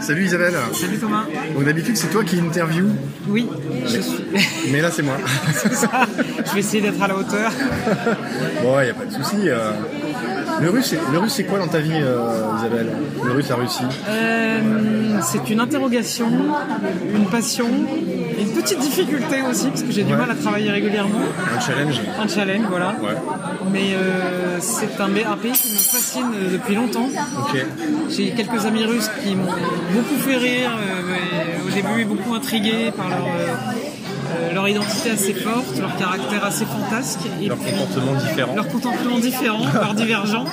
Salut Isabelle. Salut Thomas. Donc d'habitude c'est toi qui interviews, Oui, je suis. mais là c'est moi. C'est ça. Je vais essayer d'être à la hauteur. bon, il n'y a pas de souci. euh. Le russe, c'est- le russe, c'est quoi dans ta vie, euh, Isabelle Le russe, la Russie. Euh, c'est une interrogation, une passion, une petite difficulté aussi, parce que j'ai du Ouais. mal à travailler régulièrement. Un challenge. Un challenge, voilà. Ouais. Mais euh, c'est un, ba- un pays qui me fascine euh, depuis longtemps. Ok. J'ai quelques amis russes qui m'ont beaucoup fait rire euh, et au début beaucoup intrigué par leur, euh, euh, leur identité assez forte, leur caractère assez fantasque. Et Leur puis- comportement différent. leurs comportements différents, leurs divergents.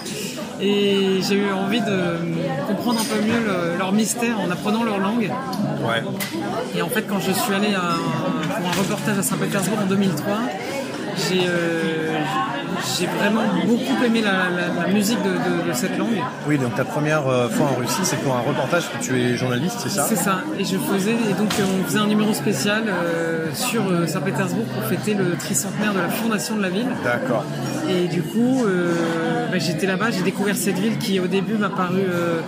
Et j'ai eu envie de comprendre un peu mieux le- leur mystère en apprenant leur langue. Ouais. Et en fait, quand je suis allé à un- pour un reportage à Saint-Pétersbourg en 2003, j'ai euh, j'ai vraiment beaucoup aimé la, la- la musique de, de- de cette langue. Oui, donc ta première euh, fois en Russie, c'est pour un reportage que tu es journaliste, c'est ça C'est ça. Et je faisais, et donc euh, on faisait un numéro spécial euh, sur euh, Saint-Pétersbourg pour fêter le tricentenaire de la fondation de la ville. D'accord. Et du coup, euh, bah, j'étais là-bas, j'ai découvert cette ville qui au début m'a paru euh,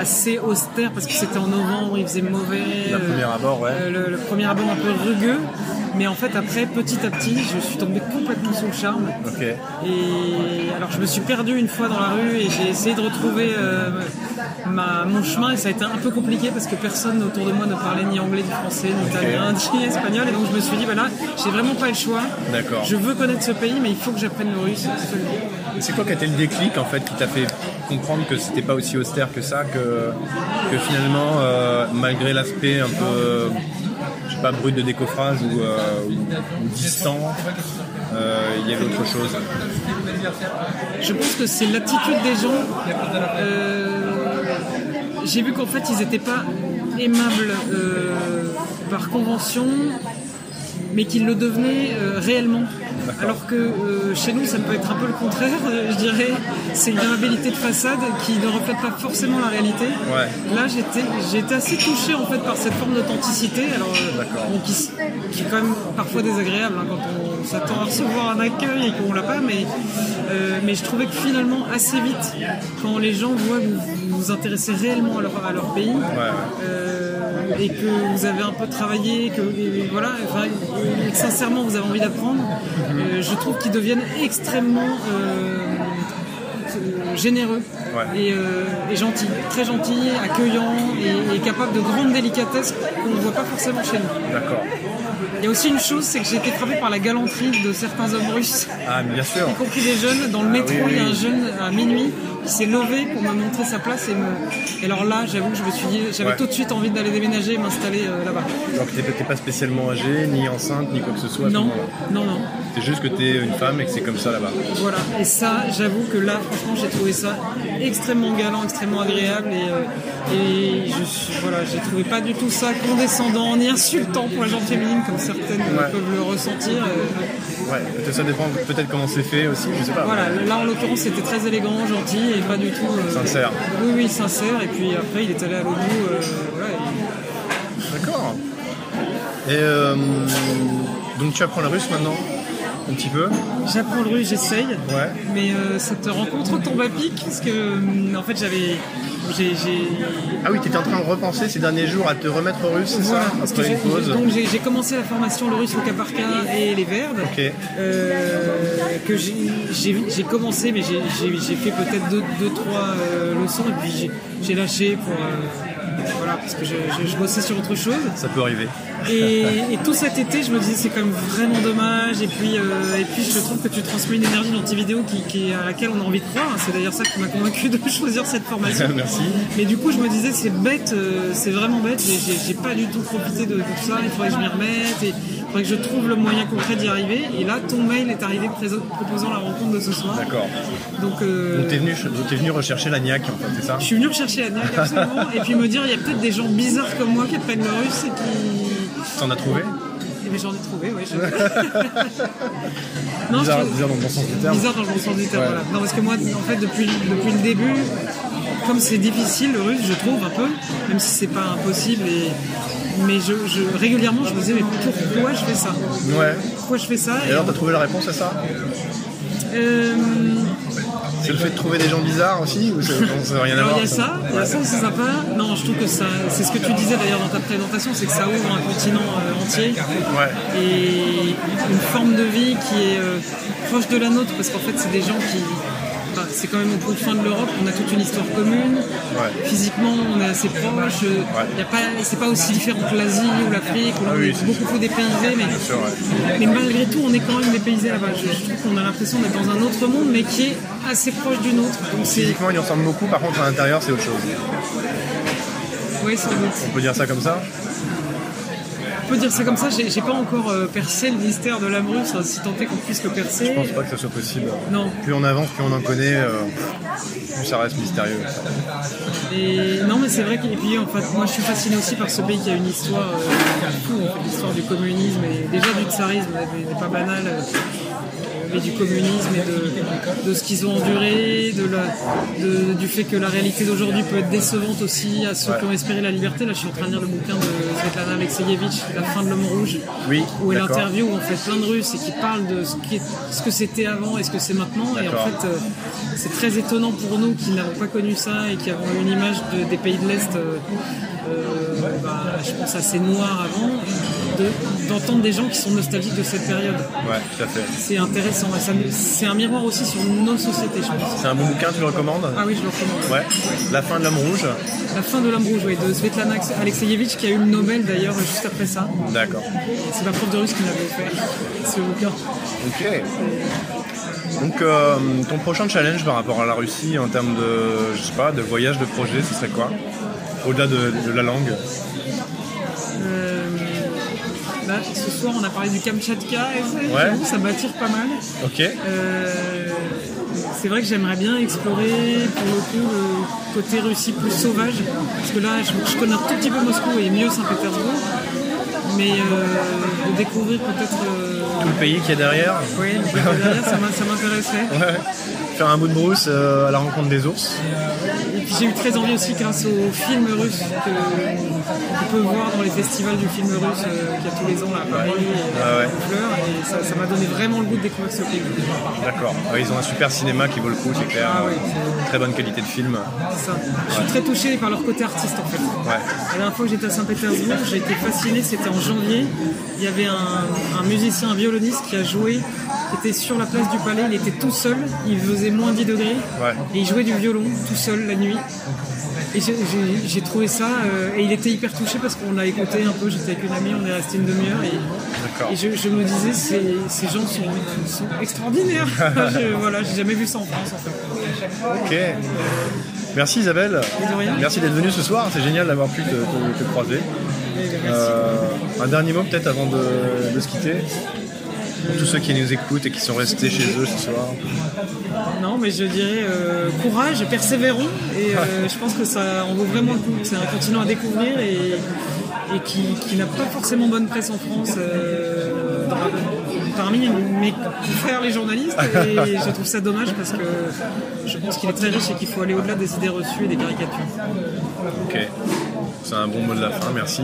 assez austère parce que c'était en novembre, il faisait mauvais. La euh, première abord, ouais. euh, le, le premier abord un peu rugueux. Mais en fait, après, petit à petit, je suis tombé complètement sous le charme. Ok. Et alors, je me suis perdu une fois dans la rue et j'ai essayé de retrouver euh, ma, mon chemin. Et ça a été un peu compliqué parce que personne autour de moi ne parlait ni anglais, ni français, ni italien, ni espagnol. Et donc, je me suis dit, voilà, j'ai vraiment pas le choix. D'accord. Je veux connaître ce pays, mais il faut que j'apprenne le russe, absolument. C'est quoi qui a été le déclic en fait qui t'a fait comprendre que c'était pas aussi austère que ça, que, que finalement, euh, malgré l'aspect un peu, euh, je sais pas, brut de décoffrage ou, euh, ou- ou distant, euh, il y avait autre chose. Je pense que c'est l'attitude des gens. Euh, J'ai vu qu'en fait, ils n'étaient pas aimables euh, par convention, mais qu'ils le devenaient euh, réellement. Alors que euh, chez nous, ça peut être un peu le contraire, euh, je dirais. C'est une amabilité de façade qui ne reflète pas forcément la réalité. Ouais. Là, j'étais, j'ai été assez touché en fait par cette forme d'authenticité, alors euh, D'accord. bon, qui, s- qui est quand même parfois désagréable hein, quand on s'attend à recevoir un accueil et qu'on l'a pas, mais euh, mais je trouvais que finalement assez vite, quand les gens voient que vous vous intéressez réellement à leur à leur pays. Ouais. euh, et que vous avez un peu travaillé, que et voilà, enfin, et que sincèrement vous avez envie d'apprendre, Mhm. euh, je trouve qu'ils deviennent extrêmement euh, généreux Ouais. et, euh, et gentil, très gentil, accueillant et, et capable de grandes délicatesses qu'on ne voit pas forcément chez nous. D'accord. Il y a aussi une chose, c'est que j'ai été frappé par la galanterie de certains hommes russes, Ah, mais bien sûr. y compris des jeunes. Dans le métro, Ah oui, il y a oui. un jeune à minuit qui s'est levé pour me montrer sa place et, me- et alors là, j'avoue que je me suis dit, j'avais Ouais. tout de suite envie d'aller déménager et m'installer euh, là-bas. Alors que t'es t'es pas spécialement âgée, ni enceinte, ni quoi que ce soit. à ce Non, moment-là. non, non. C'est juste que t'es une femme et que c'est comme ça là-bas. Voilà, et ça, j'avoue que là, franchement, j'ai trouvé ça extrêmement galant, extrêmement agréable, et, euh, et je suis, voilà, j'ai trouvé pas du tout ça condescendant ni insultant pour la gente féminine, comme certaines euh, Ouais. peuvent le ressentir. euh. Ouais, peut-être ça dépend peut-être comment c'est fait aussi, je sais pas. voilà, là en l'occurrence, c'était très élégant, gentil, et pas du tout. euh, Sincère. Oui, oui, sincère, et puis après, il est allé à l'autre bout, euh, voilà, et- D'accord. Et euh, donc tu apprends le russe maintenant Un petit peu J'apprends le russe, j'essaye. Ouais. Mais euh, cette rencontre tombe à pic, parce que, euh, en fait, j'avais. j'ai- j'ai Ah oui, tu étais en train de repenser ces derniers jours à te remettre au russe, c'est Voilà, ça parce que Après une j'ai- pause. donc j'ai j'ai commencé la formation le russe au cas par cas et les verbes. Ok. Euh, que j'ai- j'ai j'ai commencé, mais j'ai- j'ai j'ai fait peut-être deux, deux, trois euh, leçons et puis j'ai- j'ai lâché pour. euh, voilà, parce que je, je, je bossais sur autre chose. Ça peut arriver. Et, et tout cet été, je me disais, c'est quand même vraiment dommage. Et puis, euh, et puis je trouve que tu transmets une énergie dans tes vidéos qui, qui- à laquelle on a envie de croire. C'est d'ailleurs ça qui m'a convaincu de choisir cette formation. Merci. Mais du coup, je me disais, c'est bête, euh, c'est vraiment bête, j'ai- j'ai j'ai pas du tout profité de, de tout ça, il faudrait que je m'y remette, et il faudrait que je trouve le moyen concret d'y arriver. Et là, ton mail est arrivé préso- proposant la rencontre de ce soir. D'accord. Donc, euh, Donc t'es venu, donc t'es venu rechercher la niaque en fait, c'est ça je suis venu rechercher la NAC, absolument, et puis me dire, il y a peut-être des gens bizarres comme moi qui apprennent le russe et qui. T'en as trouvé Mais j'en ai trouvé, oui. Je... non, bizarre, je bizarre dans trouve- le bon sens du terme. Bizarre dans le bon sens du terme, Ouais. voilà. Non, parce que moi, en fait, depuis, depuis le début, comme c'est difficile le russe, je trouve un peu, même si c'est pas impossible, et... mais je, je- régulièrement, je me disais, mais pourquoi je fais ça Ouais. Pourquoi je fais ça Et alors t'as trouvé la réponse à ça Euh, C'est le fait de trouver des gens bizarres aussi ou c'est- non, ça n'a rien à Alors voir il y a ça, il y a ça, c'est sympa. Non, je trouve que ça, c'est ce que tu disais d'ailleurs dans ta présentation, c'est que ça ouvre un continent euh, entier Ouais. et une forme de vie qui est euh, proche de la nôtre parce qu'en fait c'est des gens qui enfin, c'est quand même aux confins de l'Europe, on a toute une histoire commune. Ouais. Physiquement, on est assez proche. euh, y a pas, c'est pas aussi différent que l'Asie ou l'Afrique où Ah on oui, est c'est beaucoup sûr. plus dépaysé. Mais, C'est sûr, ouais. mais malgré tout, on est quand même dépaysé là-bas. Je, je trouve qu'on a l'impression d'être dans un autre monde, mais qui est assez proche du nôtre. Donc c'est, Physiquement, ils ressemblent beaucoup, par contre, à l'intérieur, c'est autre chose. ouais, sans doute. On peut dire ça comme ça On peut dire ça comme ça, j'ai j'ai pas encore euh, percé le mystère de l'amour, si tant est qu'on puisse le percer. Je pense pas que ça soit possible. Non. Plus on avance, plus on en connaît, euh, plus ça reste mystérieux. Et non, mais c'est vrai que et puis, en fait, moi je suis fasciné aussi par ce pays qui a une histoire euh, fou, en fait, l'histoire du communisme et déjà du tsarisme, elle n'est pas banale, euh, mais du communisme et de, de ce qu'ils ont enduré, de la- de- du fait que la réalité d'aujourd'hui peut être décevante aussi à ceux qui ont espéré la liberté. Là, je suis en train de lire le bouquin de Svetlana Alexeyevitch, La fin de l'homme rouge, Oui, où elle d'accord. interviewe en fait plein de Russes et qui parle de ce, qui est- ce que c'était avant et ce que c'est maintenant. Et en D'accord. fait, euh, c'est très étonnant pour nous qui n'avons pas connu ça et qui avons une image de- des pays de l'Est, euh, euh, bah, je pense assez noire avant, de- d'entendre des gens qui sont nostalgiques de cette période. Ouais, tout à fait. C'est intéressant. et ça nous- C'est un miroir aussi sur nos sociétés, je pense. C'est un bon bouquin, tu le recommandes Ah oui, je le recommande. Ouais. La fin de l'homme rouge La fin de l'âme rouge, ouais, de Svetlana Alexeyevitch, qui a eu le Nobel d'ailleurs juste après ça. D'accord. C'est ma prof de russe qui m'avait offert ce bouquin. Ok. Donc, euh, ton prochain challenge par rapport à la Russie en termes de, je sais pas, de voyage, de projet, ce serait quoi Au-delà de, de la langue Euh, là, ce soir, on a parlé du Kamchatka et ça, Ouais. j'avoue, ça m'attire pas mal. Ok. Euh, c'est vrai que j'aimerais bien explorer pour le coup le côté Russie plus sauvage. Parce que là, je, je connais un tout petit peu Moscou et mieux Saint-Pétersbourg. Mais euh, de découvrir peut-être. euh, Tout le pays qui est derrière ouais, le côté derrière, ça m'in- ça m'intéresserait. Ouais. Faire un bout de brousse euh, à la rencontre des ours Et puis j'ai eu très envie aussi grâce aux films russes que- qu'on peut voir dans les festivals du film russe euh, qu'il y a tous les ans là, à Paris et Ah ouais. aux fleurs et ça ça m'a donné vraiment le goût de découvrir ce pays. D'accord. Ouais, ils ont un super cinéma qui vaut le coup, c'est clair. Ah oui, Très bonne qualité de film. C'est ça. Je suis très touché par leur côté artiste en fait. Ouais. La dernière fois que j'étais à Saint-Pétersbourg, j'ai été fasciné, c'était en janvier. Il y avait un, un musicien, un violoniste qui a joué, qui était sur la place du palais, il était tout seul, il faisait moins 10 degrés, Ouais. et il jouait du violon tout seul la nuit. Et j'ai- j'ai j'ai trouvé ça, euh, et il était hyper touché parce qu'on l'a écouté un peu, j'étais avec une amie, on est resté une demi-heure, D'accord. et, et je, je me disais, ces, ces gens sont, sont extraordinaires. je, voilà, j'ai jamais vu ça en France en fait. Ok. Merci Isabelle. De rien. Merci d'être venue ce soir. C'est génial d'avoir pu te, te- te croiser. Euh, un dernier mot peut-être avant de, de se quitter. Pour tous ceux qui nous écoutent et qui sont restés chez eux ce soir. Non, mais je dirais euh, courage, persévérons. Et euh, je pense que ça en vaut vraiment le coup. C'est un continent à découvrir et, et qui, qui n'a pas forcément bonne presse en France. euh, parmi mes frères les journalistes. Et je trouve ça dommage parce que je pense qu'il est très riche et qu'il faut aller au-delà des idées reçues et des caricatures. Ok. C'est un bon mot de la fin. Merci.